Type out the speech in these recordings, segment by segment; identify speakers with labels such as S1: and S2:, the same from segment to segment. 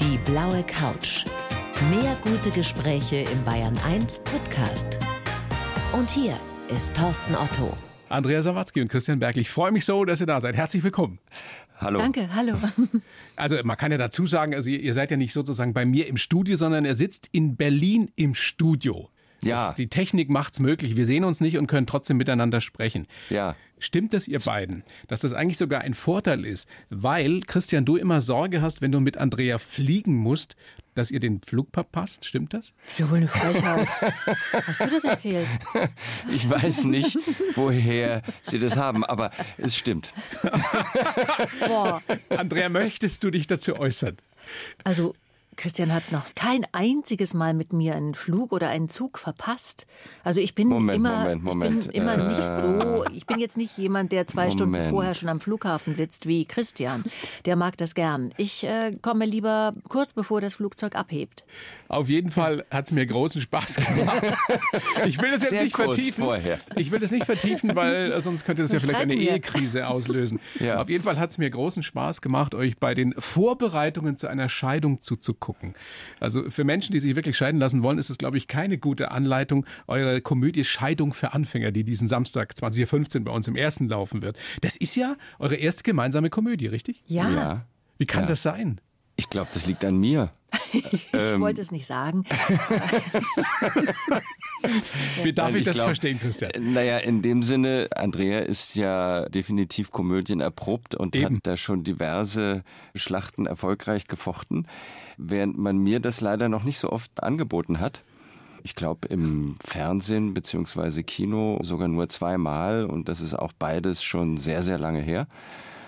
S1: Die blaue Couch. Mehr gute Gespräche im Bayern 1 Podcast. Und hier ist Thorsten Otto.
S2: Andrea Sawatzki und Christian Berg. Ich freue mich so, dass ihr da seid. Herzlich willkommen.
S3: Hallo.
S4: Danke, hallo.
S2: Also man kann ja dazu sagen, also ihr, ihr seid ja nicht sozusagen bei mir im Studio, sondern ihr sitzt in Berlin im Studio.
S3: Ja.
S2: Das, die Technik macht's möglich. Wir sehen uns nicht und können trotzdem miteinander sprechen.
S3: Ja.
S2: Stimmt es ihr beiden, dass das eigentlich sogar ein Vorteil ist, weil Christian, du immer Sorge hast, wenn du mit Andrea fliegen musst, dass ihr den Flug verpasst? Stimmt das?
S4: Ist ja wohl eine Frechheit. Hast du das erzählt?
S3: Ich weiß nicht, woher Sie das haben, aber es stimmt.
S4: Boah.
S2: Andrea, möchtest du dich dazu äußern?
S4: Also, Christian hat noch kein einziges Mal mit mir einen Flug oder einen Zug verpasst. Also ich bin
S3: Moment,
S4: immer,
S3: Moment, Moment.
S4: Ich bin immer
S3: Äh.
S4: nicht so. Ich bin jetzt nicht jemand, der zwei Stunden
S3: Moment.
S4: vorher schon am Flughafen sitzt wie Christian. Der mag das gern. Ich äh, komme lieber kurz bevor das Flugzeug abhebt.
S2: Auf jeden Fall hat's mir großen Spaß gemacht. Ich will das jetzt
S3: Sehr
S2: nicht
S3: kurz
S2: vertiefen.
S3: vorher.
S2: Ich will das nicht vertiefen, weil äh, sonst könnte das ja
S4: Dann
S2: vielleicht eine
S4: streiten wir.
S2: Ehekrise auslösen.
S3: Ja.
S2: Auf jeden Fall hat's mir großen Spaß gemacht, euch bei den Vorbereitungen zu einer Scheidung zuzugucken. Also für Menschen, die sich wirklich scheiden lassen wollen, ist es, glaube ich, keine gute Anleitung, eure Komödie Scheidung für Anfänger, die diesen Samstag 20.15 Uhr bei uns im ersten laufen wird. Das ist ja eure erste gemeinsame Komödie, richtig?
S4: Ja,
S3: Ja.
S2: Wie kann
S3: Ja.
S2: das sein?
S3: Ich glaube, das liegt an mir.
S4: ich wollte es nicht sagen.
S2: Wie darf
S3: Nein,
S2: ich das
S3: glaub,
S2: verstehen, Christian?
S3: äh, Naja, in dem Sinne, Andrea ist ja definitiv Komödien erprobt und
S2: Eben.
S3: hat da schon diverse Schlachten erfolgreich gefochten, während man mir das leider noch nicht so oft angeboten hat. Ich glaube, im Fernsehen beziehungsweise Kino sogar nur zweimal und das ist auch beides schon sehr, sehr lange her.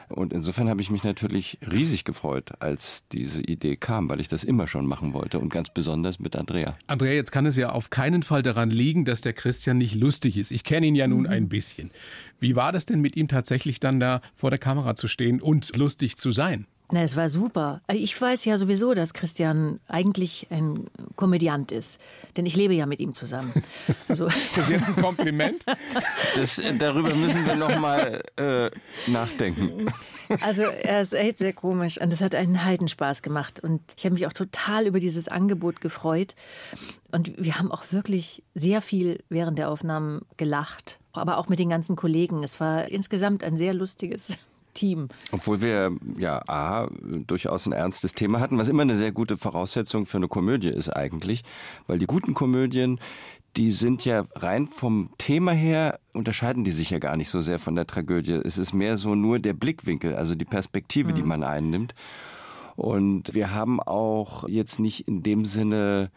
S3: Und insofern habe ich mich natürlich riesig gefreut, als diese Idee kam, weil ich das immer schon machen wollte und ganz besonders mit Andrea.
S2: Andrea, jetzt kann es ja auf keinen Fall daran liegen, dass der Christian nicht lustig ist. Ich kenne ihn ja nun ein bisschen. Wie war das denn mit ihm tatsächlich dann da vor der Kamera zu stehen und lustig zu sein?
S4: Na, es war super. Ich weiß ja sowieso, dass Christian eigentlich ein Komödiant ist, denn ich lebe ja mit ihm zusammen. Also,
S2: Ist das jetzt ein Kompliment?
S3: Das, äh, darüber müssen wir nochmal äh, nachdenken.
S4: also er ist echt sehr komisch und es hat einen Heidenspaß gemacht und ich habe mich auch total über dieses Angebot gefreut und wir haben auch wirklich sehr viel während der Aufnahmen gelacht, aber auch mit den ganzen Kollegen. Es war insgesamt ein sehr lustiges Team.
S3: Obwohl wir ja A, durchaus ein ernstes Thema hatten, was immer eine sehr gute Voraussetzung für eine Komödie ist eigentlich, weil die guten Komödien, die sind ja rein vom Thema her, unterscheiden die sich ja gar nicht so sehr von der Tragödie. Es ist mehr so nur der Blickwinkel, also die Perspektive,
S4: Mhm.
S3: die man einnimmt. Und wir haben auch jetzt nicht in dem Sinne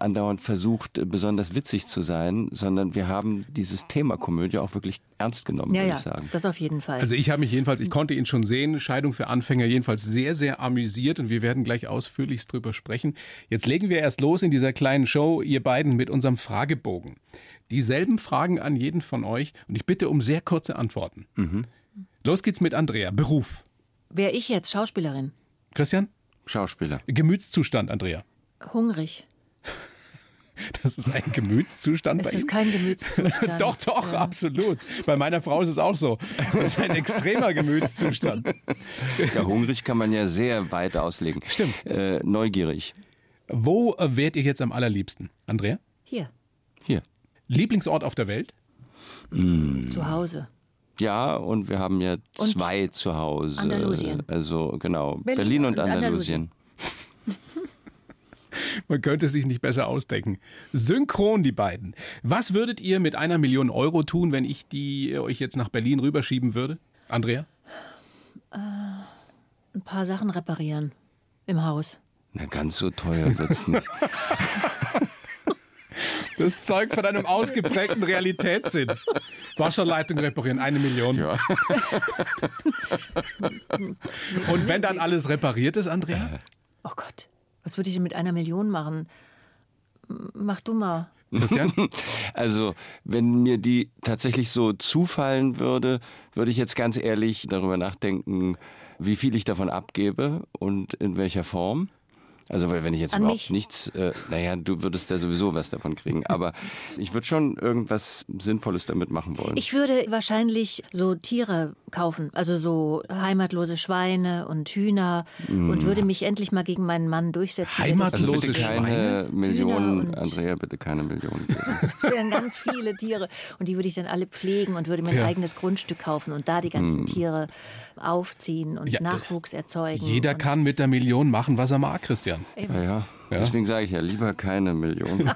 S3: andauernd versucht, besonders witzig zu sein, sondern wir haben dieses Thema Komödie auch wirklich ernst genommen,
S4: Ja,
S3: würde
S4: ja,
S3: ich sagen.
S4: das auf jeden Fall.
S2: Also ich habe mich jedenfalls, ich konnte ihn schon sehen, Scheidung für Anfänger jedenfalls sehr, sehr amüsiert und wir werden gleich ausführlich drüber sprechen. Jetzt legen wir erst los in dieser kleinen Show, ihr beiden, mit unserem Fragebogen. Dieselben Fragen an jeden von euch und ich bitte um sehr kurze Antworten. Los geht's mit Andrea. Beruf.
S4: Wäre ich jetzt Schauspielerin?
S2: Christian?
S3: Schauspieler.
S2: Gemütszustand, Andrea.
S4: Hungrig.
S2: Das ist ein Gemütszustand
S4: Es
S2: bei
S4: ist
S2: ihm.
S4: kein Gemütszustand.
S2: Doch, doch, absolut. Bei meiner Frau ist es auch so. Das ist ein extremer Gemütszustand.
S3: Ja, hungrig kann man ja sehr weit auslegen.
S2: Stimmt.
S3: Äh, neugierig.
S2: Wo äh, wärt ihr jetzt am allerliebsten, Andrea?
S4: Hier,
S3: Hier.
S2: Lieblingsort auf der Welt? Hm.
S4: zu Hause.
S3: Ja, und wir haben ja zwei zu Hause.
S4: Andalusien.
S3: Also genau, Berlin, und
S4: und
S3: Andalusien.
S2: Man könnte es sich nicht besser ausdenken. Synchron, die beiden. Was würdet ihr mit einer Million Euro tun, wenn ich die äh, euch jetzt nach Berlin rüberschieben würde? Andrea?
S4: Ein paar Sachen reparieren im Haus.
S3: Na, ganz so teuer wird's nicht.
S2: Das zeugt von einem ausgeprägten Realitätssinn. Wasserleitung reparieren, eine Million.
S3: Ja.
S2: Und wenn dann alles repariert ist, Andrea?
S4: Oh Gott, was würde ich denn mit einer Million machen? M- Mach du mal.
S2: Christian?
S3: Also, wenn mir die tatsächlich so zufallen würde, würde ich jetzt ganz ehrlich darüber nachdenken, wie viel ich davon abgebe und in welcher Form. Also, weil wenn ich jetzt
S4: An
S3: überhaupt
S4: mich?
S3: nichts, äh, naja, du würdest ja sowieso was davon kriegen, aber ich würde schon irgendwas Sinnvolles damit machen wollen.
S4: Ich würde wahrscheinlich so Tiere kaufen, also so heimatlose Schweine und Hühner und würde mich endlich mal gegen meinen Mann durchsetzen. der das-
S2: Hm. Heimatlose
S3: also bitte
S2: Lose
S3: keine
S4: Hühner
S3: Millionen,
S4: und-
S3: Andrea, bitte keine Millionen.
S4: Das wären ganz viele Tiere und die würde ich dann alle pflegen und würde mir ein eigenes Grundstück kaufen und da die ganzen Tiere aufziehen und
S2: Hm. Ja, das-
S4: Nachwuchs erzeugen.
S2: Jeder
S4: und
S2: kann mit der Million machen, was er mag, Christian.
S3: Ja, ja. Deswegen sage ich ja, lieber keine Millionen.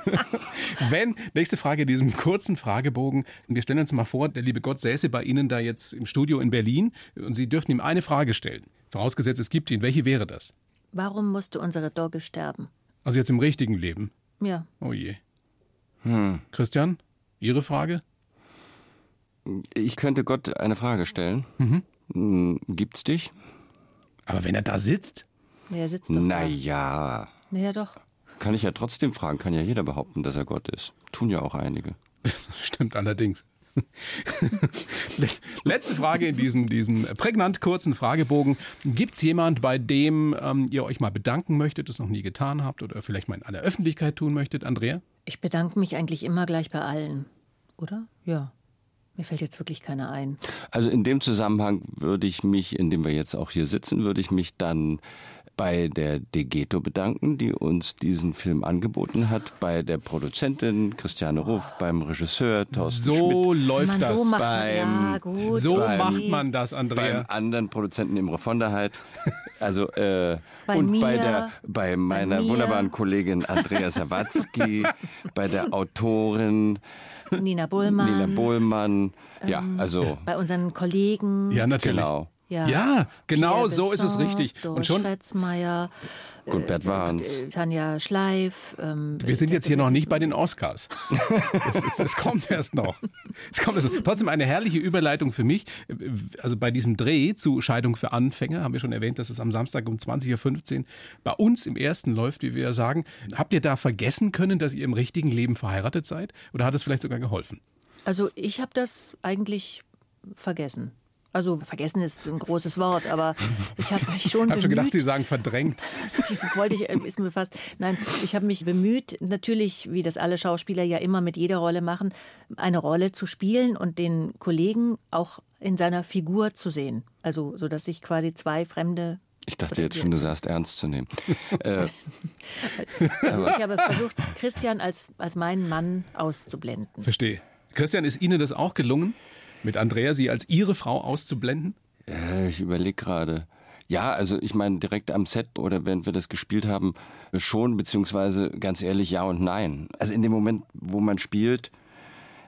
S2: Wenn, nächste Frage in diesem kurzen Fragebogen. Wir stellen uns mal vor, der liebe Gott säße bei Ihnen da jetzt im Studio in Berlin und Sie dürften ihm eine Frage stellen. Vorausgesetzt, es gibt ihn. Welche wäre das?
S4: Warum musste unsere Dogge sterben?
S2: Also jetzt im richtigen Leben.
S4: Ja,
S2: Oh je. Hm. Christian, Ihre Frage?
S3: Ich könnte Gott eine Frage stellen. Mhm. Gibt's dich?
S2: Aber wenn er da sitzt?
S4: der sitzt doch
S3: Naja.
S4: da. Naja, doch.
S3: Kann ich ja trotzdem fragen, kann ja jeder behaupten, dass er Gott ist. Tun ja auch einige.
S2: Stimmt allerdings. Le- Letzte Frage in diesem, diesem prägnant kurzen Fragebogen. Gibt es jemand, bei dem ähm, ihr euch mal bedanken möchtet, das noch nie getan habt oder vielleicht mal in aller Öffentlichkeit tun möchtet, Andrea?
S4: Ich bedanke mich eigentlich immer gleich bei allen, oder? Ja. Mir fällt jetzt wirklich keiner ein.
S3: Also in dem Zusammenhang würde ich mich, indem wir jetzt auch hier sitzen, würde ich mich dann bei der Degeto bedanken, die uns diesen Film angeboten hat, bei der Produzentin Christiane Ruff, beim Regisseur Thorsten Schmidt,
S2: So läuft
S4: Man,
S2: das.
S4: so macht
S3: beim-
S4: man, ja, gut,
S2: so
S4: okay.
S2: macht man das,
S3: beim
S2: Andrea.
S3: anderen Produzenten Imre von der Heid, also äh,
S4: Bei
S3: und bei
S4: mir,
S3: der bei meiner
S4: mir.
S3: wunderbaren Kollegin Andrea Sawatzki, bei der Autorin
S4: Nina Bullmann,
S3: Nina Bohlmann, ja,
S4: Ähm.
S3: also
S4: bei unseren Kollegen.
S2: Ja, natürlich.
S3: genau.
S2: Ja, genau,
S4: Pierre
S2: so ist es
S4: Besson,
S2: richtig.
S4: Doris
S2: Und schon,
S4: Schretzmeier,
S3: Bert Warens.
S4: äh, Tanja Schleif. Ähm,
S2: wir sind jetzt hier noch nicht bei den Oscars. Das, ist, das kommt erst noch. Es kommt erst noch. Trotzdem eine herrliche Überleitung für mich. Also bei diesem Dreh zu Scheidung für Anfänger haben wir schon erwähnt, dass es am Samstag um 20.15 Uhr bei uns im ersten läuft, wie wir ja sagen. Habt ihr da vergessen können, dass ihr im richtigen Leben verheiratet seid? Oder hat es vielleicht sogar geholfen?
S4: Also ich habe das eigentlich vergessen. Also vergessen ist ein großes Wort, aber ich habe mich schon
S2: Ich habe schon gedacht,
S4: bemüht,
S2: Sie sagen verdrängt.
S4: Ich wollte ich, äh, ist mir fast. Nein, ich habe mich bemüht, natürlich, wie das alle Schauspieler ja immer mit jeder Rolle machen, eine Rolle zu spielen und den Kollegen auch in seiner Figur zu sehen. Also, so dass ich quasi zwei Fremde.
S3: Ich dachte jetzt schon, du sagst ernst zu nehmen. äh,
S4: Also ich habe versucht, Christian als, als meinen Mann auszublenden.
S2: Verstehe. Christian, ist Ihnen das auch gelungen, mit Andrea Sie als Ihre Frau auszublenden?
S3: äh, ich überlege gerade. Ja, also ich meine direkt am Set oder während wir das gespielt haben schon, beziehungsweise ganz ehrlich ja und nein. Also in dem Moment, wo man spielt,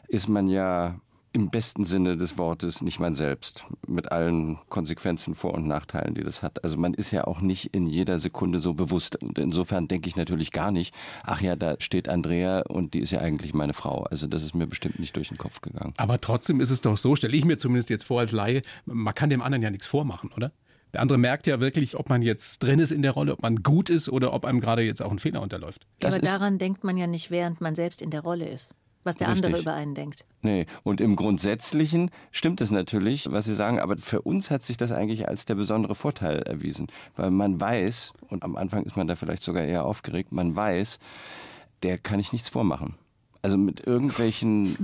S3: ist man ja im besten Sinne des Wortes nicht man selbst, mit allen Konsequenzen, Vor- und Nachteilen, die das hat. Also man ist ja auch nicht in jeder Sekunde so bewusst. Und insofern denke ich natürlich gar nicht, ach ja, da steht Andrea und die ist ja eigentlich meine Frau. Also das ist mir bestimmt nicht durch den Kopf gegangen.
S2: Aber trotzdem ist es doch so, stelle ich mir zumindest jetzt vor als Laie, man kann dem anderen ja nichts vormachen, oder? Der andere merkt ja wirklich, ob man jetzt drin ist in der Rolle, ob man gut ist oder ob einem gerade jetzt auch ein Fehler unterläuft.
S3: Das
S4: Aber
S3: ist-
S4: daran denkt man ja nicht, während man selbst in der Rolle ist, was der andere
S3: Richtig.
S4: über einen denkt.
S3: Nee, und im Grundsätzlichen stimmt es natürlich, was Sie sagen, aber für uns hat sich das eigentlich als der besondere Vorteil erwiesen, weil man weiß, und am Anfang ist man da vielleicht sogar eher aufgeregt, man weiß, der kann ich nichts vormachen. Also mit irgendwelchen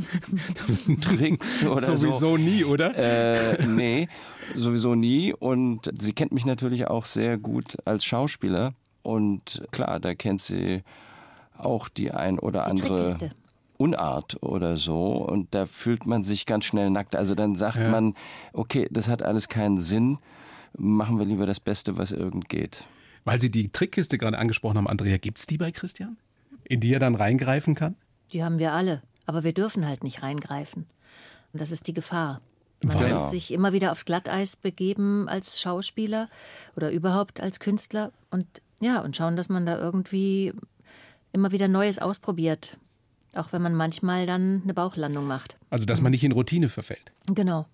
S3: Tricks oder
S2: Sowieso
S3: so.
S2: nie, oder?
S3: Äh, nee, sowieso nie. Und sie kennt mich natürlich auch sehr gut als Schauspieler. Und klar, da kennt sie auch die ein oder andere
S4: Trickkiste.
S3: Unart oder so. Und da fühlt man sich ganz schnell nackt. Also dann sagt man, okay, das hat alles keinen Sinn. Machen wir lieber das Beste, was irgend geht.
S2: Weil Sie die Trickkiste gerade angesprochen haben, Andrea, gibt's die bei Christian? In die er dann reingreifen kann?
S4: Die haben wir alle, aber wir dürfen halt nicht reingreifen. Und das ist die Gefahr. Man
S2: Weil-
S4: lässt sich immer wieder aufs Glatteis begeben als Schauspieler oder überhaupt als Künstler und ja, und schauen, dass man da irgendwie immer wieder Neues ausprobiert. Auch wenn man manchmal dann eine Bauchlandung macht.
S2: Also, dass man nicht in Routine verfällt.
S4: Genau.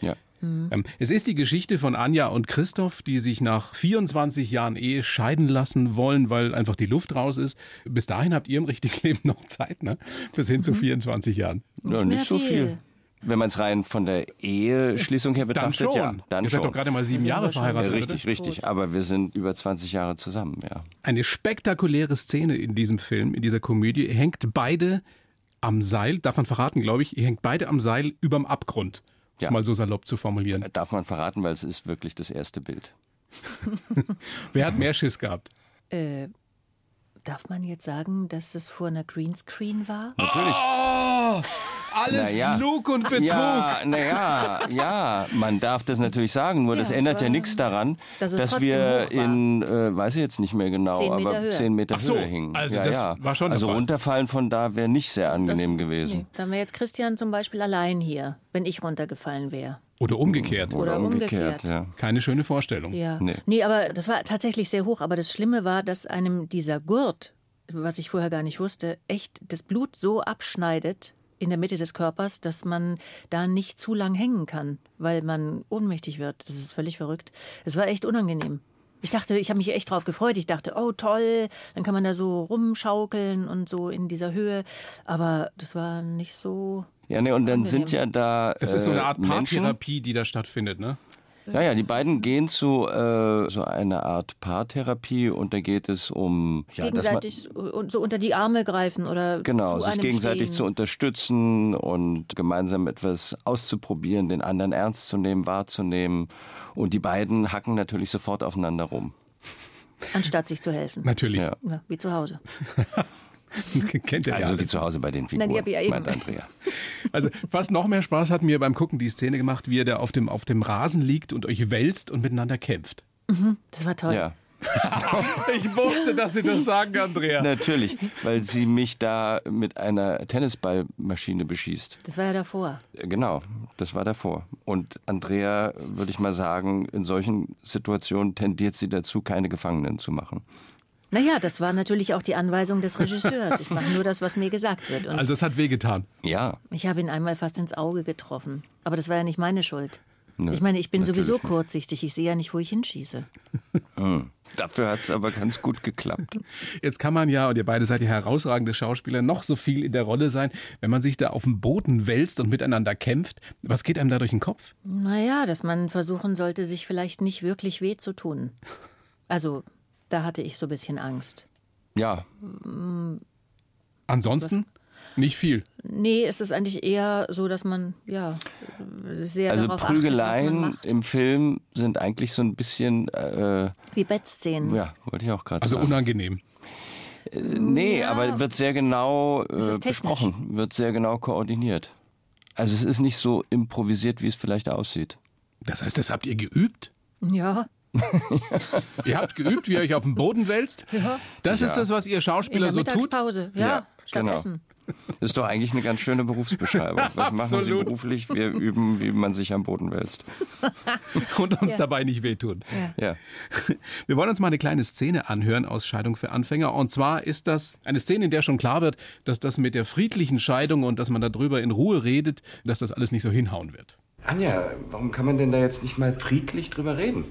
S3: Ja.
S2: Ähm, Es ist die Geschichte von Anja und Christoph, die sich nach 24 Jahren Ehe scheiden lassen wollen, weil einfach die Luft raus ist. Bis dahin habt ihr im richtigen Leben noch Zeit, ne? Bis hin zu 24 Jahren.
S3: ja, nicht so viel. Wenn man es rein von der Eheschließung her
S2: Dann
S3: betrachtet,
S2: schon.
S3: ja, dann
S2: Ihr seid
S3: schon.
S2: doch gerade mal sieben Jahre
S3: Ja,
S2: verheiratet.
S3: richtig, richtig. Aber wir sind über 20 Jahre zusammen, ja.
S2: Eine spektakuläre Szene in diesem Film, in dieser Komödie, ihr hängt beide am Seil, darf man verraten, glaube ich, ihr hängt beide am Seil überm Abgrund, um es
S3: Ja.
S2: mal so salopp zu formulieren.
S3: Darf man verraten, weil es ist wirklich das erste Bild.
S2: Wer hat mehr Schiss gehabt?
S4: Äh, darf man jetzt sagen, dass das vor einer Greenscreen war?
S3: Natürlich.
S2: Oh, alles
S3: Na ja.
S2: Lug und Betrug.
S3: Ja, naja, ja, man darf das natürlich sagen, nur das
S4: Ja,
S3: ändert
S4: es war-
S3: ja nichts daran,
S4: Dass
S3: dass,
S4: es trotzdem
S3: wir
S4: hoch war.
S3: in, äh, weiß ich jetzt nicht mehr genau,
S4: Zehn Meter
S3: aber
S4: Höhe.
S3: 10 Meter
S2: Ach so,
S3: Höhe hingen.
S2: also
S3: ja,
S2: das
S3: ja.
S2: war schon der
S3: also
S2: Fall.
S3: runterfallen von da wäre nicht sehr angenehm gewesen.
S4: Nee, dann wäre jetzt Christian zum Beispiel allein hier, wenn ich runtergefallen wäre.
S2: Oder umgekehrt.
S4: Oder umgekehrt.
S3: ja.
S2: Keine schöne Vorstellung.
S4: Ja. Nee.
S3: Nee.
S4: aber das war tatsächlich sehr hoch. Aber das Schlimme war, dass einem dieser Gurt, was ich vorher gar nicht wusste, echt das Blut so abschneidet in der Mitte des Körpers, dass man da nicht zu lang hängen kann, weil man ohnmächtig wird. Das ist völlig verrückt. Es war echt unangenehm. Ich dachte, ich habe mich echt drauf gefreut. Ich dachte, oh toll, dann kann man da so rumschaukeln und so in dieser Höhe. Aber das war nicht so.
S3: Ja, nee, und dann sind ja da.
S2: Das ist so eine Art
S3: äh, Menschen,
S2: Paartherapie, die da stattfindet, ne?
S3: Ja, ja, die beiden gehen zu äh, so einer Art Paartherapie und da geht es um ja, dass man,
S4: gegenseitig so- so unter die Arme greifen oder
S3: genau,
S4: zu
S3: sich
S4: einem
S3: gegenseitig
S4: stehen.
S3: zu unterstützen und gemeinsam etwas auszuprobieren, den anderen ernst zu nehmen, wahrzunehmen. Und die beiden hacken natürlich sofort aufeinander rum.
S4: anstatt sich zu helfen.
S2: Natürlich.
S3: Ja.
S4: Ja, wie zu Hause.
S2: Kennt ihr
S3: Also
S2: ja.
S3: wie zu Hause bei den Figuren,
S4: Na, die- ja, eben.
S3: meint Andrea.
S2: Also fast noch mehr Spaß hat mir beim Gucken die Szene gemacht, wie ihr da auf dem, auf dem Rasen liegt und euch wälzt und miteinander kämpft.
S4: Das war toll.
S3: Ja,
S2: Ich wusste, dass sie das sagen, Andrea.
S4: Ne.
S3: natürlich, weil sie mich da mit einer Tennisballmaschine beschießt.
S4: Das war ja davor.
S3: Genau, das war davor. Und Andrea, würde ich mal sagen, in solchen Situationen tendiert sie dazu, keine Gefangenen zu machen.
S4: Naja, das war natürlich auch die Anweisung des Regisseurs. Ich mache nur das, was mir gesagt wird. Und
S2: Also es hat wehgetan.
S3: Ja,
S4: ich habe ihn einmal fast ins Auge getroffen. Aber das war ja nicht meine Schuld.
S3: Nö,
S4: ich meine, ich bin
S3: natürlich
S4: sowieso
S3: nicht.
S4: kurzsichtig. Ich sehe ja nicht, wo ich hinschieße.
S3: dafür hat es aber ganz gut geklappt.
S2: Jetzt kann man ja, und ihr beide seid ja herausragende Schauspieler, noch so viel in der Rolle sein, wenn man sich da auf dem Boden wälzt und miteinander kämpft. Was geht einem da durch den Kopf?
S4: Naja, dass man versuchen sollte, sich vielleicht nicht wirklich weh zu tun. Also, da hatte ich so ein bisschen Angst.
S3: Ja,
S2: Ansonsten nicht viel.
S4: Nee, es ist eigentlich eher so, dass man, ja, sehr
S3: also
S4: darauf
S3: Prügeleien
S4: achtet, was man
S3: im Film sind eigentlich so ein bisschen, äh,
S4: macht. Wie Bettszenen.
S3: ja, wollte ich auch gerade
S2: Also
S3: sagen.
S2: unangenehm.
S3: Nee, aber wird sehr genau äh,
S4: ist technisch.
S3: besprochen, wird sehr genau koordiniert. Also es ist nicht so improvisiert, wie es vielleicht aussieht.
S2: Das heißt, das habt ihr geübt?
S4: ja.
S2: Ihr habt geübt, wie ihr euch auf dem Boden wälzt? Das ist das, was ihr
S4: In
S2: Schauspieler
S4: der
S2: so tut?
S4: Mittagspause, ja,
S3: Ja,
S4: statt
S3: genau.
S4: Essen.
S3: Ist doch eigentlich eine ganz schöne Berufsbeschreibung. Was machen Sie
S2: Absolut.
S3: beruflich? Wir üben, wie man sich am Boden wälzt.
S2: und uns dabei nicht wehtun.
S3: Ja.
S2: Wir wollen uns mal eine kleine Szene anhören aus Scheidung für Anfänger. Und zwar ist das eine Szene, in der schon klar wird, dass das mit der friedlichen Scheidung und dass man darüber in Ruhe redet, dass das alles nicht so hinhauen wird.
S5: Anja, warum kann man denn da jetzt nicht mal friedlich drüber reden?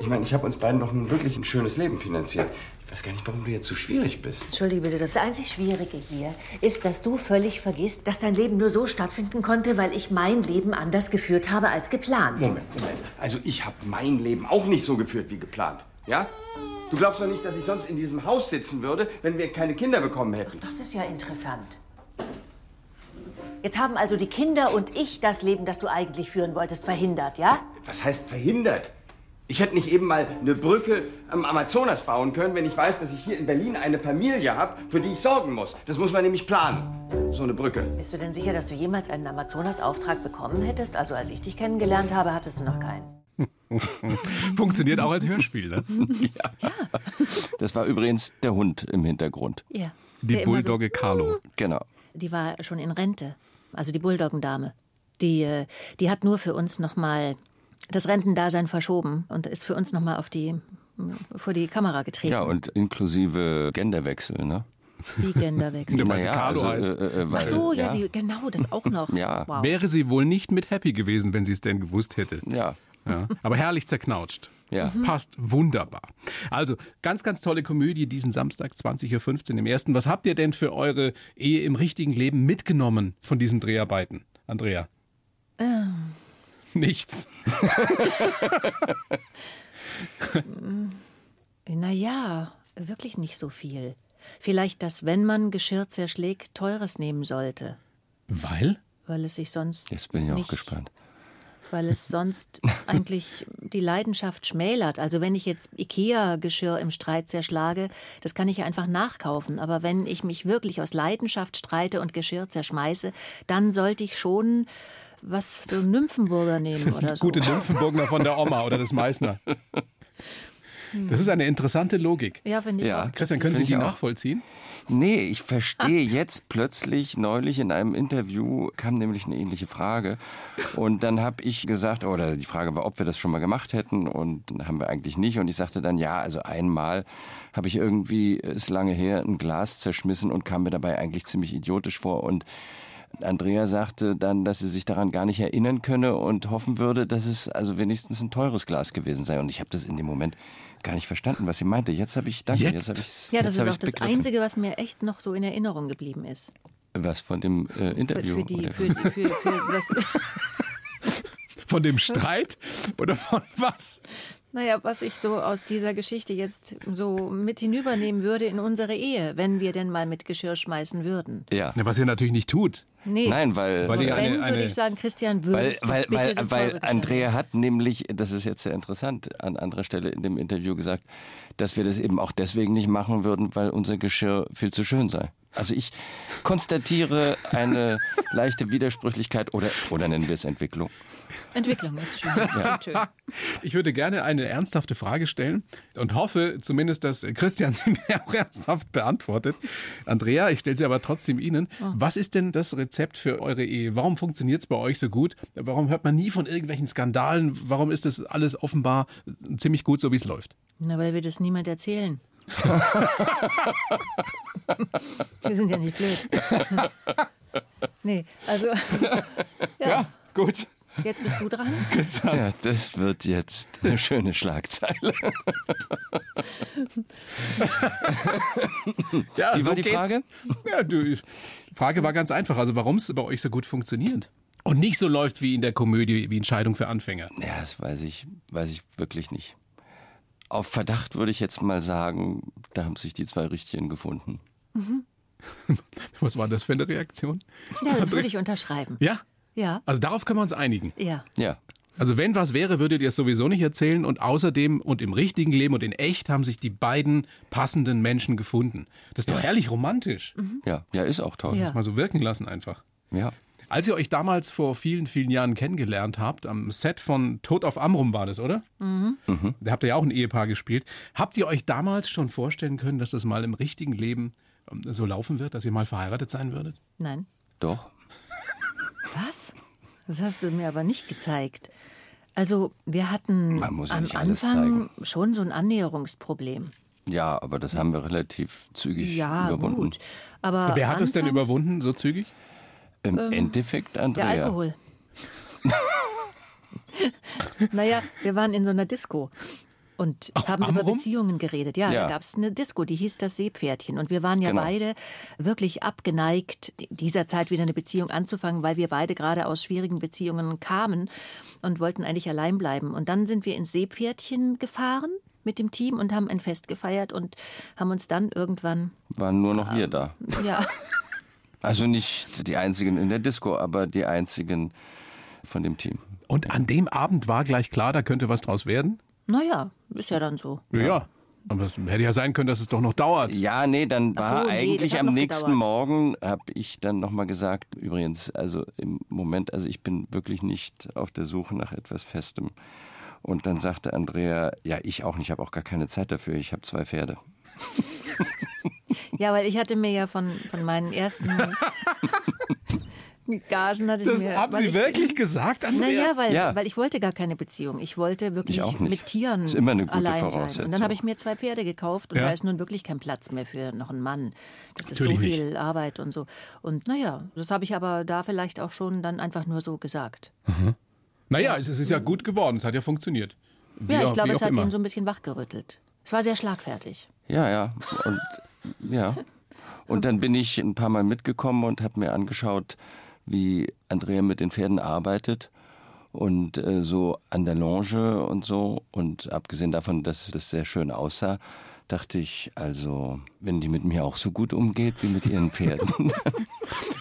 S5: Ich meine, ich habe uns beiden doch nun wirklich ein schönes Leben finanziert. Ich weiß gar nicht, warum du jetzt so schwierig bist.
S6: Entschuldige bitte, das einzig Schwierige hier ist, dass du völlig vergisst, dass dein Leben nur so stattfinden konnte, weil ich mein Leben anders geführt habe als geplant.
S5: Moment, Moment. Also ich habe mein Leben auch nicht so geführt wie geplant, ja? Du glaubst doch nicht, dass ich sonst in diesem Haus sitzen würde, wenn wir keine Kinder bekommen hätten.
S6: Das ist ja interessant. Jetzt haben also die Kinder und ich das Leben, das du eigentlich führen wolltest, verhindert, ja?
S5: Was heißt verhindert? Ich hätte nicht eben mal eine Brücke am Amazonas bauen können, wenn ich weiß, dass ich hier in Berlin eine Familie habe, für die ich sorgen muss. Das muss man nämlich planen. So eine Brücke.
S6: Bist du denn sicher, dass du jemals einen Amazonas-Auftrag bekommen hättest? Also als ich dich kennengelernt habe, hattest du noch keinen.
S2: Funktioniert auch als Hörspiel, ne?
S4: Ah.
S3: Das war übrigens der Hund im Hintergrund.
S4: Ja.
S2: Die
S4: Der immer so-
S2: Bulldogge Carlo.
S3: Genau.
S4: die war schon in Rente, also die Bulldoggendame. Die, äh, die hat nur für uns nochmal das Rentendasein verschoben und ist für uns nochmal auf die vor die Kamera getreten.
S3: Ja, und inklusive Genderwechsel, ne?
S4: Wie Genderwechsel.
S2: Ja, weil sie Carlo heißt.
S3: äh, äh, weil,
S4: Ach so, ja,
S3: ja,
S4: Sie, genau, das auch noch.
S3: Ja.
S4: Wow.
S2: Wäre sie wohl nicht mit happy gewesen, wenn sie es denn gewusst hätte.
S3: Ja.
S2: Ja. Aber herrlich zerknautscht.
S3: Ja. Mhm.
S2: Passt wunderbar. Also, ganz, ganz tolle Komödie diesen Samstag 20.15 Uhr im ersten. Was habt ihr denn für eure Ehe im richtigen Leben mitgenommen von diesen Dreharbeiten, Andrea?
S4: Ähm.
S2: Nichts.
S4: Naja, wirklich nicht so viel. Vielleicht, dass, wenn man Geschirr zerschlägt, teures nehmen sollte,
S2: Weil?
S4: weil es sich sonst.
S3: Jetzt bin ich auch
S4: nicht,
S3: gespannt.
S4: Weil es sonst eigentlich die Leidenschaft schmälert. Also, wenn ich jetzt IKEA-Geschirr im Streit zerschlage, das kann ich ja einfach nachkaufen. Aber wenn ich mich wirklich aus Leidenschaft streite und Geschirr zerschmeiße, dann sollte ich schon was so Nymphenburger nehmen
S2: Das
S4: oder
S2: sind
S4: so.
S2: gute Nymphenburgner von der Oma oder des Meißner. Das ist eine interessante Logik.
S4: Hm. Ja, finde ich
S3: Ja.
S4: auch.
S2: Christian, können Sie
S3: Finde
S2: die
S3: ich auch.
S2: nachvollziehen?
S3: Nee, ich verstehe jetzt plötzlich, neulich in einem Interview kam nämlich eine ähnliche Frage. Und dann habe ich gesagt, oder die Frage war, ob wir das schon mal gemacht hätten und haben wir eigentlich nicht. Und ich sagte dann, ja, also einmal habe ich irgendwie, ist lange her, ein Glas zerschmissen und kam mir dabei eigentlich ziemlich idiotisch vor. Und Andrea sagte dann, dass sie sich daran gar nicht erinnern könne und hoffen würde, dass es also wenigstens ein teures Glas gewesen sei. Und ich habe das in dem Moment gar nicht verstanden, was sie meinte. Jetzt habe ich danke,
S2: Jetzt?
S3: habe ich's-
S4: Ja, das
S3: jetzt habe
S4: ist auch
S3: ich's
S4: das
S3: begriffen.
S4: Einzige, was mir echt noch so in Erinnerung geblieben ist.
S3: Was von dem äh,
S4: Für,
S3: Interview?
S4: für die,
S3: oder?
S4: für, die- für, für was,
S2: Von dem Streit oder von was?
S4: naja, was ich so aus dieser Geschichte jetzt so mit hinübernehmen würde in unsere Ehe, wenn wir denn mal mit Geschirr schmeißen würden.
S3: ja.
S2: Na, was ihr natürlich nicht tut.
S4: Nee.
S3: Nein, weil,
S2: Weil
S4: Und
S2: die
S4: wenn,
S2: eine- eine-
S4: würde ich sagen, Christian,
S3: weil,
S4: würdest
S3: weil,
S4: du bitte
S3: weil,
S4: das teure
S3: weil
S4: Geschirr
S3: Andrea hat nämlich, das ist jetzt sehr interessant, an anderer Stelle in dem Interview gesagt, dass wir das eben auch deswegen nicht machen würden, weil unser Geschirr viel zu schön sei. Also ich konstatiere eine leichte Widersprüchlichkeit oder, oder nennen wir es Entwicklung.
S4: Entwicklung ist schön. Ja. schön.
S2: Ich würde gerne eine ernsthafte Frage stellen und hoffe zumindest, dass Christian sie mir auch ernsthaft beantwortet. Andrea, ich stelle sie aber trotzdem Ihnen. Was ist denn das Rezept für eure Ehe? Warum funktioniert es bei euch so gut? Warum hört man nie von irgendwelchen Skandalen? Warum ist das alles offenbar ziemlich gut, so wie es läuft?
S4: Na, weil wir das niemand erzählen. wir sind ja nicht blöd. nee, also
S3: Ah,
S4: ja,
S2: gut.
S4: jetzt bist du dran.
S2: Christian.
S3: Ja, das wird jetzt eine schöne Schlagzeile.
S2: Ja,
S3: Wie war die Frage?
S2: Ja, du, die Frage war ganz einfach. Also warum es bei euch so gut funktioniert und nicht so läuft wie in der Komödie, wie Entscheidung für Anfänger.
S3: Ja, das weiß ich, weiß ich wirklich nicht. Auf Verdacht würde ich jetzt mal sagen, da haben sich die zwei Richtigen gefunden.
S2: Was war das für eine Reaktion?
S4: Ja, das würde ich unterschreiben.
S2: Ja,
S4: Ja,
S2: also darauf können wir uns einigen.
S4: ja.
S3: Ja.
S2: Also wenn was wäre, würdet ihr es sowieso nicht erzählen und außerdem und im richtigen Leben und in echt haben sich die beiden passenden Menschen gefunden. Das ist doch herrlich romantisch.
S3: Ja, ja, ist auch toll.
S4: Mhm. Ja.
S2: Mal so wirken lassen einfach.
S3: ja.
S2: Als ihr euch damals vor vielen, vielen Jahren kennengelernt habt, am Set von Tod auf Amrum war das, oder?
S4: Mhm.
S2: Da habt ihr ja auch ein Ehepaar gespielt. Habt ihr euch damals schon vorstellen können, dass das mal im richtigen Leben ähm, so laufen wird, dass ihr mal verheiratet sein würdet?
S4: Nein.
S3: Doch.
S4: Was? Das hast du mir aber nicht gezeigt. Also, wir hatten
S3: Man muss ja
S4: am
S3: nicht alles
S4: Anfang schon so ein Annäherungsproblem.
S3: Ja, aber das haben wir relativ zügig
S4: Ja,
S3: überwunden.
S4: gut. Aber
S2: Wer hat es denn
S4: Äh, anfangs
S2: überwunden, so zügig?
S3: Im Endeffekt,
S4: Ähm, Der
S3: Andrea.
S4: Alkohol. naja, wir waren in so einer Disco. Und haben über
S2: Amrum?
S4: Beziehungen geredet. Ja,
S3: Ja.
S4: da gab es eine Disco, die hieß das Seepferdchen. Und wir waren ja
S3: Genau.
S4: beide wirklich abgeneigt, dieser Zeit wieder eine Beziehung anzufangen, weil wir beide gerade aus schwierigen Beziehungen kamen und wollten eigentlich allein bleiben. Und dann sind wir ins Seepferdchen gefahren mit dem Team und haben ein Fest gefeiert und haben uns dann irgendwann,
S3: Waren nur noch wir da.
S4: ja,
S3: Also nicht die einzigen in der Disco, aber die einzigen von dem Team.
S2: Und an dem Abend war gleich klar, da könnte was draus werden?
S4: naja, ist ja dann so.
S2: Ja. Aber es hätte ja sein können, dass es doch noch dauert.
S3: Ja, nee, dann
S4: Ach
S3: war
S4: so, nee,
S3: eigentlich
S4: das hat
S3: am
S4: noch
S3: nächsten
S4: gedauert.
S3: Morgen, habe ich dann nochmal gesagt, übrigens, also im Moment, also ich bin wirklich nicht auf der Suche nach etwas Festem. Und dann sagte Andrea, ja, ich auch nicht, ich habe auch gar keine Zeit dafür, ich habe zwei Pferde.
S4: Ja, weil ich hatte mir ja von, von meinen ersten Gagen hatte ich
S2: Das
S4: mir.
S2: haben
S4: weil
S2: Sie
S4: ich,
S2: wirklich gesagt, Andrea?
S4: Naja, weil,
S3: Ja.
S4: weil ich wollte gar keine Beziehung. Ich wollte wirklich
S3: Ich auch nicht.
S4: mit Tieren
S3: Ist immer eine gute
S4: allein sein.
S3: Voraussetzung.
S4: Und dann habe ich mir zwei Pferde gekauft und
S2: Ja.
S4: da ist nun wirklich kein Platz mehr für noch einen Mann. Das ist so
S2: Natürlich
S4: viel Arbeit und so. Und naja, das habe ich aber da vielleicht auch schon dann einfach nur so gesagt.
S2: Naja, es es ist ja gut geworden, es hat ja funktioniert. Wie
S4: ja,
S2: auch-
S4: ich glaube,
S2: wie
S4: es
S2: auch
S4: hat
S2: immer.
S4: ihn so ein bisschen wachgerüttelt. Es war sehr schlagfertig.
S3: Ja, ja. Und ja. Und dann bin ich ein paar Mal mitgekommen und habe mir angeschaut, wie Andrea mit den Pferden arbeitet und äh, so an der Longe und so. Und abgesehen davon, dass das sehr schön aussah, dachte ich, also, wenn die mit mir auch so gut umgeht wie mit ihren Pferden.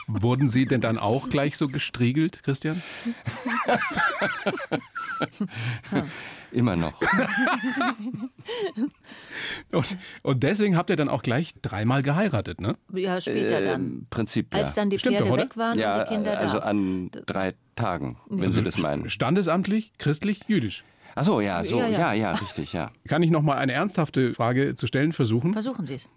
S2: Wurden Sie denn dann auch gleich so gestriegelt, Christian?
S3: Immer noch.
S2: Und, und deswegen habt ihr dann auch gleich dreimal geheiratet, ne?
S4: Ja, später dann.
S3: Im Prinzip, Ähm, ja.
S4: Als dann die
S2: Stimmt
S4: Pferde
S2: doch, oder?
S4: weg waren
S3: ja,
S4: und die Kinder
S3: also
S4: da.
S3: an drei Tagen, wenn Sie das meinen.
S2: Standesamtlich, christlich, jüdisch.
S3: Ach so, ja, so,
S4: Ja,
S3: ja,
S4: ja.
S3: ja, richtig, ja.
S2: Kann ich noch mal eine ernsthafte Frage zu stellen versuchen?
S4: Versuchen Sie es.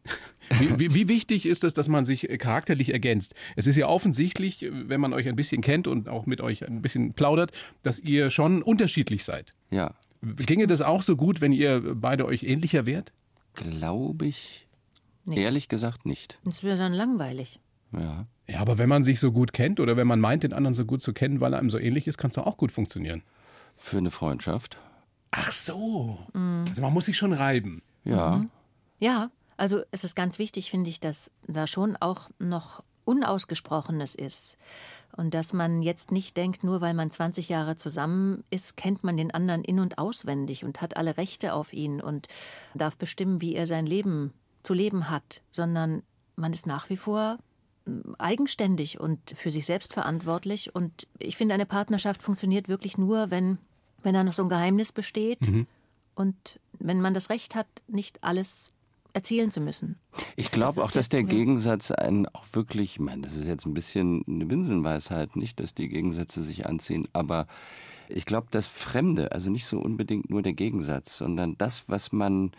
S2: Wie, wie, wie wichtig ist es, dass man sich charakterlich ergänzt? Es ist ja offensichtlich, wenn man euch ein bisschen kennt und auch mit euch ein bisschen plaudert, dass ihr schon unterschiedlich seid.
S3: Ja,
S2: Ginge das auch so gut, wenn ihr beide euch ähnlicher wärt?
S3: glaube ich, ehrlich gesagt nicht.
S4: Das wäre dann langweilig.
S3: Ja.
S2: Ja, aber wenn man sich so gut kennt oder wenn man meint, den anderen so gut zu kennen, weil er einem so ähnlich ist, kann es doch auch gut funktionieren.
S3: Für eine Freundschaft.
S2: Ach so.
S3: Mhm.
S2: Also man muss sich schon reiben.
S3: Ja.
S4: Ja, also es ist ganz wichtig, finde ich, dass da schon auch noch Unausgesprochenes ist. Und dass man jetzt nicht denkt, nur weil man 20 Jahre zusammen ist, kennt man den anderen in- und auswendig und hat alle Rechte auf ihn und darf bestimmen, wie er sein Leben zu leben hat, sondern man ist nach wie vor hm, eigenständig und für sich selbst verantwortlich. Und ich finde, eine Partnerschaft funktioniert wirklich nur, wenn, wenn da noch so ein Geheimnis besteht und wenn man das Recht hat, nicht alles erzählen zu müssen.
S3: Ich
S4: Das
S3: glaube
S4: ist
S3: auch, dass
S4: jetzt-
S3: der
S4: ja.
S3: Gegensatz einen auch wirklich, ich meine, das ist jetzt ein bisschen eine Binsenweisheit, nicht, dass die Gegensätze sich anziehen, aber ich glaube, das Fremde, also nicht so unbedingt nur der Gegensatz, sondern das, was man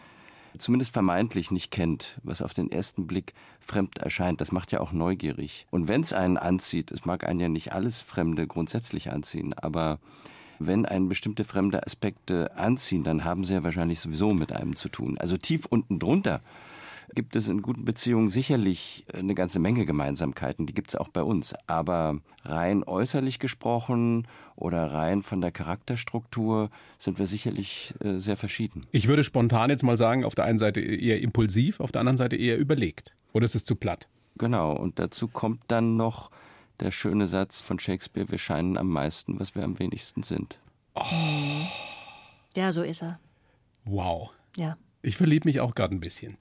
S3: zumindest vermeintlich nicht kennt, was auf den ersten Blick fremd erscheint, das macht ja auch neugierig. Und wenn es einen anzieht, es mag einen ja nicht alles Fremde grundsätzlich anziehen, aber wenn einen bestimmte fremde Aspekte anziehen, dann haben sie ja wahrscheinlich sowieso mit einem zu tun. Also tief unten drunter gibt es in guten Beziehungen sicherlich äh, eine ganze Menge Gemeinsamkeiten, die gibt es auch bei uns. Aber rein äußerlich gesprochen oder rein von der Charakterstruktur sind wir sicherlich äh, sehr verschieden.
S2: Ich würde spontan jetzt mal sagen, auf der einen Seite eher impulsiv, auf der anderen Seite eher überlegt. Oder ist es zu platt?
S3: Genau, und dazu kommt dann noch der schöne Satz von Shakespeare, wir scheinen am meisten, was wir am wenigsten sind.
S4: Ja, so ist er.
S2: Wow.
S4: Ja.
S2: Ich verlieb mich auch gerade ein bisschen.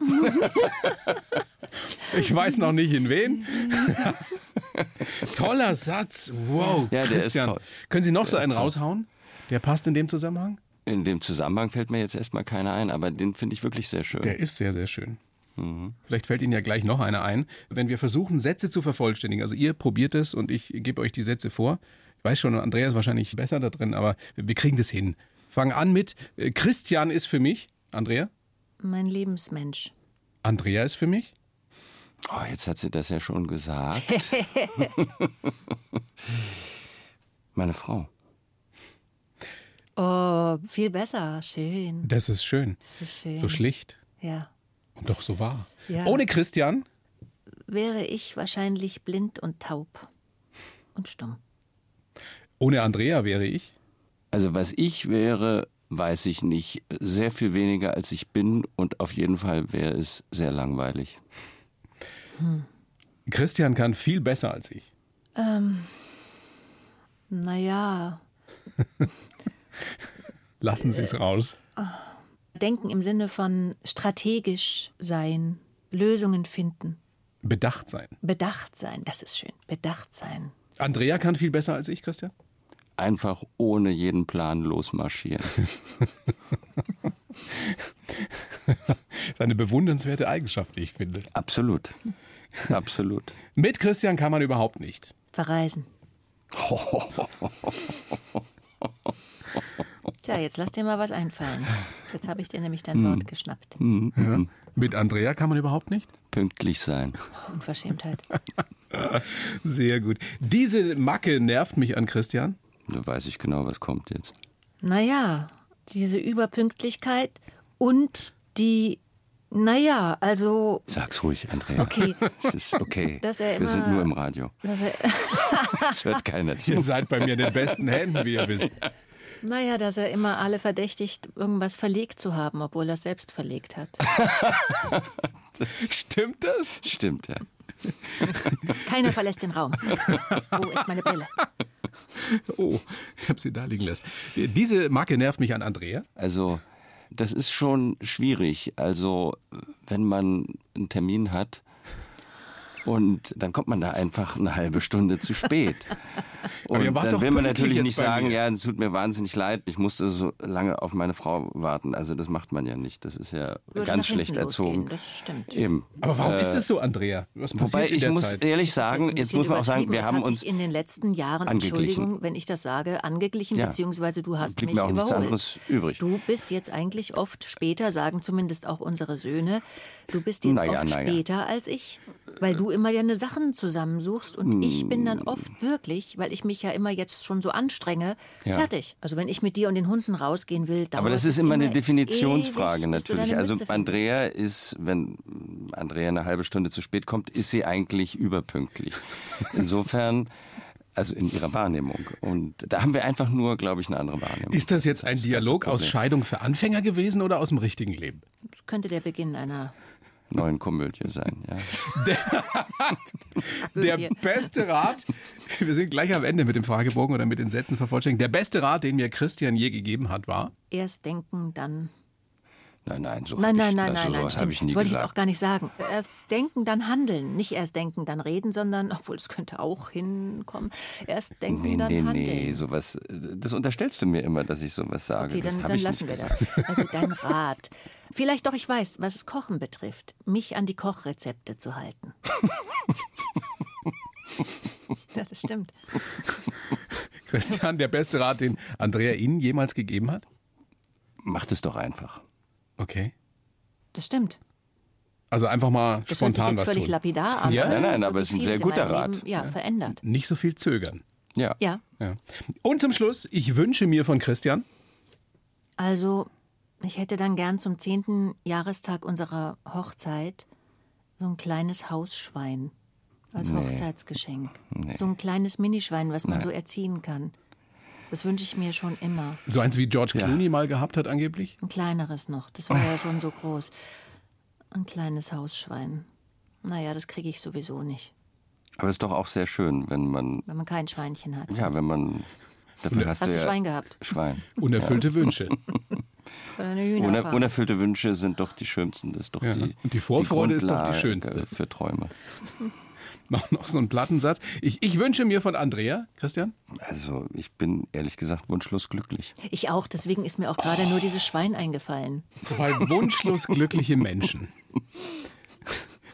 S2: ich weiß noch nicht in wen. Toller Satz. Wow,
S3: Ja, der ist
S2: Christian.
S3: toll.
S2: Können Sie noch so einen
S3: toll.
S2: raushauen? Der passt in dem Zusammenhang?
S3: In dem Zusammenhang fällt mir jetzt erstmal keiner ein, aber den finde ich wirklich sehr schön.
S2: Der ist sehr, sehr schön. Vielleicht fällt Ihnen ja gleich noch einer ein. Wenn wir versuchen, Sätze zu vervollständigen, also ihr probiert es und ich gebe euch die Sätze vor. Ich weiß schon, Andrea ist wahrscheinlich besser da drin, aber wir kriegen das hin. Fangen an mit äh, Christian ist für mich. Andrea?
S4: Mein Lebensmensch.
S2: Andrea ist für mich.
S3: Oh, jetzt hat sie das ja schon gesagt. Meine Frau.
S4: Oh, viel besser. Schön.
S2: Das ist schön.
S4: Das ist schön.
S2: So schlicht
S4: ja.
S2: und doch so wahr.
S4: Ja.
S2: Ohne Christian?
S4: Wäre ich wahrscheinlich blind und taub und stumm.
S2: Ohne Andrea wäre ich.
S3: Also was ich wäre, weiß ich nicht. Sehr viel weniger als ich bin und auf jeden Fall wäre es sehr langweilig.
S2: Christian kann viel besser als ich.
S4: Naja,
S2: Lassen Sie es raus.
S4: denken im Sinne von strategisch sein, Lösungen finden,
S2: Bedacht sein.
S4: bedacht sein. Das ist schön. Bedacht sein.
S2: Andrea kann viel besser als ich, Christian?
S3: Einfach ohne jeden Plan losmarschieren.
S2: Das ist eine bewundernswerte Eigenschaft, wie ich finde.
S3: Absolut. Absolut.
S2: Mit Christian kann man überhaupt nicht.
S4: Verreisen. Tja, jetzt lass dir mal was einfallen. Jetzt habe ich dir nämlich
S3: Hm.
S4: dein Wort geschnappt.
S2: Mit Andrea kann man überhaupt nicht?
S3: Pünktlich sein.
S4: Unverschämtheit.
S2: Sehr gut. Diese Macke nervt mich an Christian.
S3: Da weiß ich genau, was kommt jetzt.
S4: Naja, diese Überpünktlichkeit und die, naja, also,
S3: Sag's ruhig, Andrea.
S4: Okay.
S3: Es ist okay.
S4: Dass er
S3: Wir sind
S4: immer-
S3: nur im Radio.
S4: dass er,
S3: Es hört keiner
S2: Ihr
S3: zu.
S2: seid bei mir in den besten Händen, wie ihr wisst.
S4: naja, dass er immer alle verdächtigt, irgendwas verlegt zu haben, obwohl er es selbst verlegt hat.
S2: Stimmt das?
S3: Stimmt, ja.
S4: Keiner verlässt den Raum. Wo ist meine Brille?
S2: Oh, ich habe sie da liegen lassen. Diese Marke nervt mich an Andrea.
S3: Also, das ist schon schwierig. Also, wenn man einen Termin hat und dann kommt man da einfach eine halbe Stunde zu spät.
S2: Aber ihr
S3: Und
S2: wart doch
S3: dann will man
S2: pünktlich
S3: natürlich
S2: jetzt
S3: nicht
S2: bei
S3: sagen,
S2: mir.
S3: ja, es tut mir wahnsinnig leid, ich musste so lange auf meine Frau warten. Also, das macht man ja nicht. Das ist ja
S4: Würde nach
S3: ganz schlecht
S4: hinten
S3: erzogen.
S4: losgehen, das stimmt.
S3: Eben.
S2: Aber warum ist das so, Andrea? Was passiert
S3: Äh, Wobei,
S2: in
S3: ich
S2: der
S3: muss
S2: Zeit?
S3: ehrlich
S4: Das ist
S3: sagen,
S4: ein
S3: jetzt
S4: bisschen
S3: muss man auch sagen,
S4: übertrieben,
S3: wir
S4: das
S3: haben
S4: hat
S3: uns
S4: sich in den letzten Jahren,
S3: angeglichen.
S4: Entschuldigung, wenn ich das sage, angeglichen,
S3: Ja.
S4: beziehungsweise du hast
S3: Blieb
S4: mich
S3: mir auch nichts
S4: überholt.
S3: anderes übrig.
S4: Du bist jetzt eigentlich oft später, sagen zumindest auch unsere Söhne, du bist jetzt
S3: Naja,
S4: oft
S3: naja.
S4: später als ich, weil du immer deine Sachen zusammensuchst und
S3: Hm.
S4: ich bin dann oft wirklich, weil ich mich ja immer jetzt schon so anstrenge,
S3: Ja.
S4: fertig. Also wenn ich mit dir und den Hunden rausgehen will, dauert
S3: Aber das
S4: es
S3: ist immer eine
S4: ewig,
S3: Definitionsfrage
S4: bis du deine
S3: natürlich. Also
S4: Mütze findest.
S3: Andrea ist, wenn Andrea eine halbe Stunde zu spät kommt, ist sie eigentlich überpünktlich. Insofern, also in ihrer Wahrnehmung. Und da haben wir einfach nur, glaube ich, eine andere Wahrnehmung.
S2: Ist das jetzt ein Dialog aus Scheidung für Anfänger gewesen oder aus dem richtigen Leben?
S4: Das könnte der Beginn einer
S3: neuen Komödie sein, ja.
S2: Der
S4: Komödie.
S2: beste Rat, wir sind gleich am Ende mit dem Fragebogen oder mit den Sätzen vervollständigt. Der beste Rat, den mir Christian je gegeben hat, war,
S4: erst denken, dann
S3: Nein, nein, so
S4: Nein,
S3: hab
S4: nein,
S3: ich,
S4: nein,
S3: also
S4: nein, nein,
S3: sowas habe
S4: stimmt.
S3: ich nie
S4: das wollte ich jetzt auch
S3: gesagt.
S4: gar nicht sagen. Erst denken, dann handeln. Nicht erst denken, dann reden, sondern, obwohl es könnte auch hinkommen, erst denken,
S3: Nee,
S4: dann
S3: nee,
S4: handeln.
S3: nee, sowas, das unterstellst du mir immer, dass ich sowas sage.
S4: Okay,
S3: das
S4: dann,
S3: hab
S4: dann
S3: ich
S4: lassen
S3: nicht
S4: wir
S3: gesagt.
S4: das. Also dein Rat. Vielleicht doch, ich weiß, was es Kochen betrifft, mich an die Kochrezepte zu halten. ja, das stimmt.
S2: Christian, der beste Rat, den Andrea Ihnen jemals gegeben hat?
S3: Macht es doch einfach.
S2: Okay.
S4: Das stimmt.
S2: Also einfach mal
S4: Das
S2: spontan
S4: hört sich jetzt
S2: was
S4: völlig
S2: tun.
S4: lapidar an.
S2: Ja?
S4: aber
S2: Nein,
S4: das
S3: nein,
S4: hat
S3: aber es ist ein
S4: wirklich
S3: sehr
S4: vieles in
S3: guter
S4: meinem
S3: Rat.
S4: Leben, ja, verändert.
S2: Nicht so viel zögern.
S3: Ja.
S4: Ja.
S2: Ja. Und zum Schluss, ich wünsche mir von Christian,
S4: Also, ich hätte dann gern zum zehnten Jahrestag unserer Hochzeit so ein kleines Hausschwein als Hochzeitsgeschenk. So ein kleines Minischwein, was man so erziehen kann. Das wünsche ich mir schon immer.
S2: so eins wie George Clooney mal gehabt hat angeblich.
S4: Ein kleineres noch. Das war ja schon so groß. Ein kleines Hausschwein. Naja, das kriege ich sowieso nicht,
S3: Aber es ist doch auch sehr schön, wenn man,
S4: wenn man kein Schweinchen hat.
S3: ja, wenn man, dafür hast,
S4: Hast
S3: du
S4: du
S3: ja
S4: Schwein gehabt?
S3: Schwein.
S2: Unerfüllte Wünsche.
S4: Oder eine
S3: Uner
S4: Hühnerfarm.
S3: unerfüllte Wünsche sind doch die schönsten. Das ist doch
S2: Ja, ne?
S3: die,
S2: und die Vorfreude ist doch die
S3: Grundlage
S2: schönste.
S3: Für Träume.
S2: Noch, noch so einen Plattensatz. Ich, ich wünsche mir von Andrea, Christian.
S3: Also ich bin ehrlich gesagt wunschlos glücklich.
S4: Ich auch, deswegen ist mir auch gerade nur dieses Schwein eingefallen.
S2: Zwei wunschlos glückliche Menschen.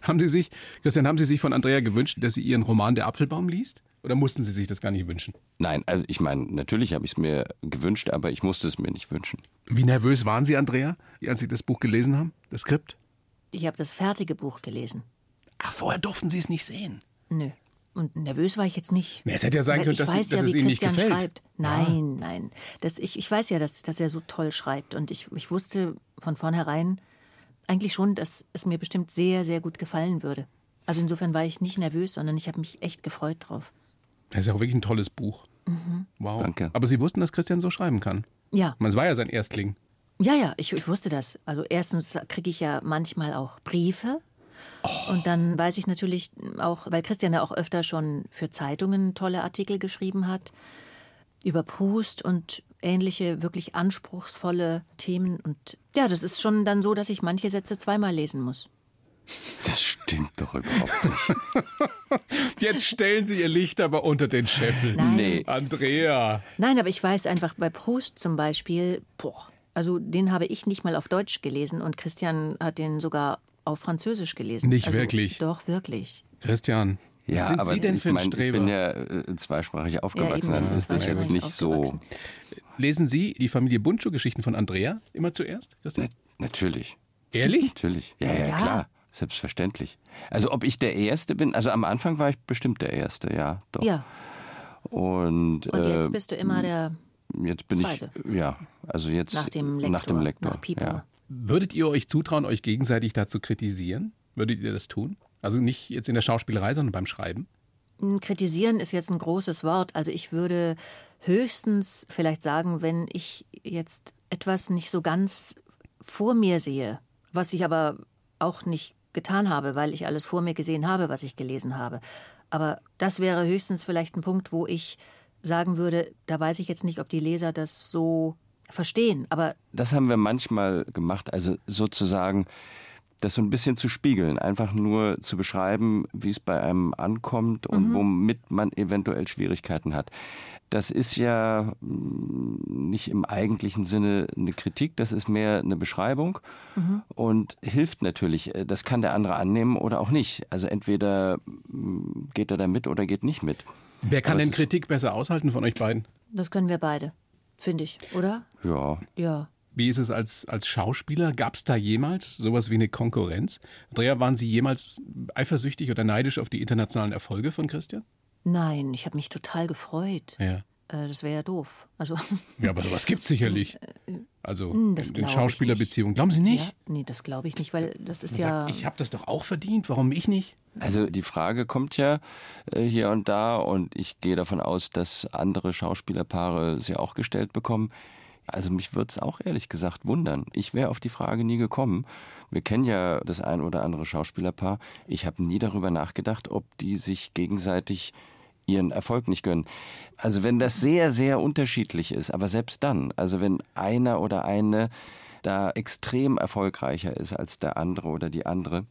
S2: Haben Sie sich, Christian, haben Sie sich von Andrea gewünscht, dass sie ihren Roman Der Apfelbaum liest? Oder mussten Sie sich das gar nicht wünschen?
S3: Nein, also ich meine, natürlich habe ich es mir gewünscht, aber ich musste es mir nicht wünschen.
S2: Wie nervös waren Sie, Andrea, als Sie das Buch gelesen haben? Das Skript?
S4: Ich habe das fertige Buch gelesen.
S2: Ach, vorher durften Sie es nicht sehen.
S4: Nö. Und nervös war ich jetzt nicht.
S2: Na, es hätte ja sein
S4: Weil
S2: können,
S4: ich
S2: dass sie-
S4: weiß
S2: dass
S4: ja,
S2: es
S4: wie
S2: Ihnen nicht
S4: Christian
S2: gefällt.
S4: schreibt. Nein, nein. Das, ich, ich weiß ja, dass, dass er so toll schreibt. Und ich, ich wusste von vornherein eigentlich schon, dass es mir bestimmt sehr, sehr gut gefallen würde. Also insofern war ich nicht nervös, sondern ich habe mich echt gefreut drauf.
S2: Das ist ja auch wirklich ein tolles Buch. Wow.
S3: Danke.
S2: Aber Sie wussten, dass Christian so schreiben kann.
S4: Ja,
S2: Man, es war Mhm. ja sein Erstling.
S4: ja, ja, ich, ich wusste das. Also erstens kriege ich ja manchmal auch Briefe. Und dann weiß ich natürlich auch, weil Christian ja auch öfter schon für Zeitungen tolle Artikel geschrieben hat, über Proust und ähnliche wirklich anspruchsvolle Themen. Und ja, das ist schon dann so, dass ich manche Sätze zweimal lesen muss.
S3: Das stimmt doch überhaupt nicht.
S2: Jetzt stellen Sie Ihr Licht aber unter den Scheffel.
S3: Nee.
S2: Andrea.
S4: Nein, aber ich weiß einfach, bei Proust zum Beispiel, boah, also den habe ich nicht mal auf Deutsch gelesen und Christian hat den sogar auf Französisch gelesen.
S2: Nicht
S4: also,
S2: wirklich.
S4: Doch, wirklich.
S2: Christian, was
S3: Ja,
S2: sind
S3: aber
S2: Sie denn
S3: ich,
S2: für ein
S3: mein, ich
S2: Streber?
S3: bin ja äh, zweisprachig aufgewachsen,
S4: eben,
S3: also
S4: ja,
S3: ist das
S4: zweisprachig
S3: jetzt nicht so.
S4: aufgewachsen.
S2: Lesen Sie die Familie Buntschuh-Geschichten von Andrea immer zuerst? Christian?
S3: Natürlich.
S2: Ehrlich?
S3: Natürlich. Ja, ja,
S4: Ja.
S3: klar. Selbstverständlich. Also ob ich der Erste bin, also am Anfang war ich bestimmt der Erste, ja, doch.
S4: Ja,
S3: Und,
S4: und
S3: äh,
S4: jetzt bist du immer der
S3: jetzt bin
S4: Zweite.
S3: ich, ja, also jetzt
S4: nach dem Lektor.
S3: Nach dem Lektor.
S4: nach Pieper.
S3: ja.
S2: Würdet ihr euch zutrauen, euch gegenseitig da zu kritisieren? Würdet ihr das tun? Also nicht jetzt in der Schauspielerei, sondern beim Schreiben?
S4: Hm, Kritisieren ist jetzt ein großes Wort. Also ich würde höchstens vielleicht sagen, wenn ich jetzt etwas nicht so ganz vor mir sehe, was ich aber auch nicht getan habe, weil ich alles vor mir gesehen habe, was ich gelesen habe. Aber das wäre höchstens vielleicht ein Punkt, wo ich sagen würde, da weiß ich jetzt nicht, ob die Leser das so verstehen. Aber
S3: Das haben wir manchmal gemacht, also sozusagen das so ein bisschen zu spiegeln, einfach nur zu beschreiben, wie es bei einem ankommt
S4: Mhm.
S3: und womit man eventuell Schwierigkeiten hat. Das ist ja mh, nicht im eigentlichen Sinne eine Kritik, das ist mehr eine Beschreibung
S4: Mhm.
S3: und hilft natürlich. Das kann der andere annehmen oder auch nicht. Also entweder mh, geht er da mit oder geht nicht mit.
S2: Wer kann
S3: Aber es
S2: denn
S3: ist-
S2: Kritik besser aushalten von euch beiden?
S4: das können wir beide, finde ich, oder?
S3: Ja.
S4: Ja.
S2: Wie ist es als, als Schauspieler? Gab es da jemals sowas wie eine Konkurrenz? Andrea, waren Sie jemals eifersüchtig oder neidisch auf die internationalen Erfolge von Christian?
S4: Nein, ich habe mich total gefreut.
S2: Ja.
S4: Äh, das wäre ja doof. Also,
S2: Ja, aber sowas gibt es sicherlich. Also
S4: Hm, das
S2: in,
S4: glaub
S2: in
S4: ich
S2: Schauspielerbeziehungen. Glauben Sie nicht?
S4: ja, nee, das glaube ich nicht, weil das ist
S2: Man
S4: ja.
S2: sagt, ich habe das doch auch verdient, warum ich nicht?
S3: Also die Frage kommt ja äh, hier und da und ich gehe davon aus, dass andere Schauspielerpaare sie auch gestellt bekommen. Also mich würde es auch ehrlich gesagt wundern. Ich wäre auf die Frage nie gekommen. Wir kennen ja das ein oder andere Schauspielerpaar. Ich habe nie darüber nachgedacht, ob die sich gegenseitig ihren Erfolg nicht gönnen. Also wenn das sehr, sehr unterschiedlich ist, aber selbst dann, also wenn einer oder eine da extrem erfolgreicher ist als der andere oder die andere,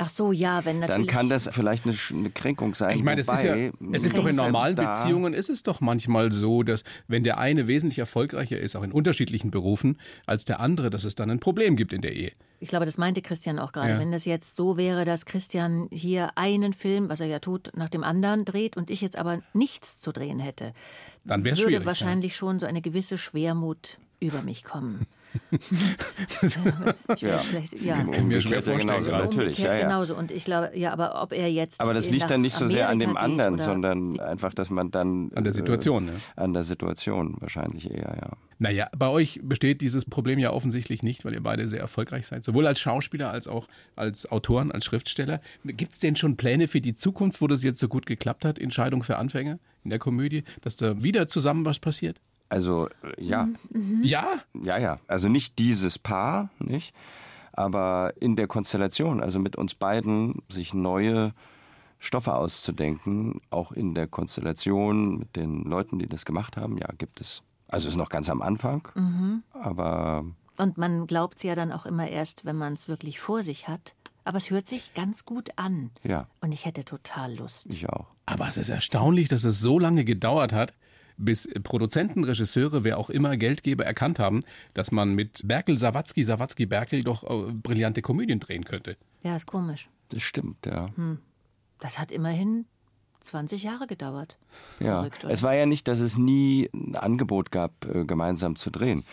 S4: Ach so, ja, wenn
S3: dann
S4: natürlich.
S3: kann das vielleicht eine, Sch- eine Kränkung sein.
S2: Ich meine, es ist ja,
S3: Wobei,
S2: es ist doch in
S3: selbst
S2: normalen
S3: da-
S2: Beziehungen ist es doch manchmal so, dass wenn der eine wesentlich erfolgreicher ist, auch in unterschiedlichen Berufen, als der andere, dass es dann ein Problem gibt in der Ehe.
S4: Ich glaube, das meinte Christian auch gerade.
S2: Ja.
S4: Wenn das jetzt so wäre, dass Christian hier einen Film, was er ja tut, nach dem anderen dreht und ich jetzt aber nichts zu drehen hätte,
S2: Dann wäre
S4: würde
S2: es schwierig.
S4: wahrscheinlich schon so eine gewisse Schwermut über mich kommen. ich weiß vielleicht, ja.
S2: Kann- kann mir schwer
S3: Umgekehrt ja
S2: vorstellen, gerade.
S3: genauso, Genau. Natürlich, ja,
S4: Umgekehrt
S3: ja.
S4: genauso. Und ich glaube, ja, aber ob er jetzt.
S3: Aber das liegt
S4: Genau, nach
S3: dann nicht so sehr an dem
S4: Amerika geht
S3: anderen,
S4: oder-
S3: sondern einfach, dass man dann
S2: An der
S3: äh,
S2: Situation, ne?
S3: an der Situation wahrscheinlich eher, ja.
S2: Naja, bei euch besteht dieses Problem ja offensichtlich nicht, weil ihr beide sehr erfolgreich seid, sowohl als Schauspieler als auch als Autoren, als Schriftsteller. Gibt es denn schon Pläne für die Zukunft, wo das jetzt so gut geklappt hat, Entscheidung für Anfänger in der Komödie, dass da wieder zusammen was passiert?
S3: Also äh, ja,
S4: Mhm.
S2: Ja,
S3: ja, ja. Also nicht dieses Paar, nicht, aber in der Konstellation, also mit uns beiden sich neue Stoffe auszudenken, auch in der Konstellation mit den Leuten, die das gemacht haben, ja, gibt es. Also ist noch ganz am Anfang, aber
S4: Und man glaubt es ja dann auch immer erst, wenn man es wirklich vor sich hat. Aber es hört sich ganz gut an.
S3: Ja.
S4: Und ich hätte total Lust.
S3: ich auch.
S2: aber es ist erstaunlich, dass es so lange gedauert hat, bis Produzenten, Regisseure, wer auch immer Geldgeber erkannt haben, dass man mit Berkel, Sawatzki, Sawatzki, Berkel doch äh, brillante Komödien drehen könnte.
S4: Ja, ist komisch.
S3: Das stimmt, ja.
S4: Das hat immerhin 20 Jahre gedauert.
S3: ja.
S4: Verrückt, oder?
S3: es war ja nicht, dass es nie ein Angebot gab, äh, gemeinsam zu drehen.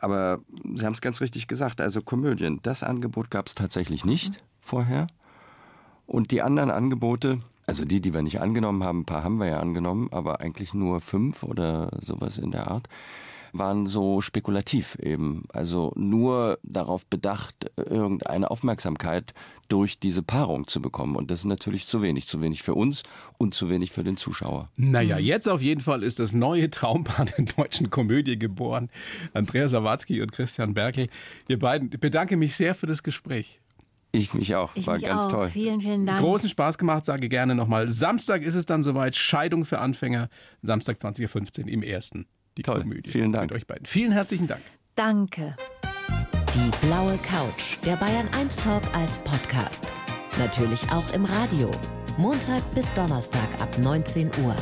S3: Aber Sie haben es ganz richtig gesagt, also Komödien, das Angebot gab es tatsächlich nicht vorher. Und die anderen Angebote, also die, die wir nicht angenommen haben, ein paar haben wir ja angenommen, aber eigentlich nur fünf oder sowas in der Art, waren so spekulativ eben. Also nur darauf bedacht, irgendeine Aufmerksamkeit durch diese Paarung zu bekommen. Und das ist natürlich zu wenig. Zu wenig für uns und zu wenig für den Zuschauer.
S2: Naja,
S3: Mhm.
S2: jetzt auf jeden Fall ist das neue Traumpaar der deutschen Komödie geboren. Andrea Sawatzki und Christian Berkel. Ihr beiden, ich bedanke mich sehr für das Gespräch.
S3: Ich mich auch.
S4: Ich
S3: War
S4: mich
S3: ganz
S4: auch.
S3: toll.
S4: Vielen, vielen Dank.
S2: Großen Spaß gemacht, sage gerne nochmal. Samstag ist es dann soweit. Scheidung für Anfänger. Samstag 20.15 Uhr im ersten. Die
S3: Toll.
S2: Komödie.
S3: Vielen Dank.
S2: Mit euch beiden. Vielen herzlichen Dank.
S4: Danke.
S1: Die blaue Couch, der Bayern 1 Talk als Podcast. Natürlich auch im Radio. Montag bis Donnerstag ab 19 Uhr.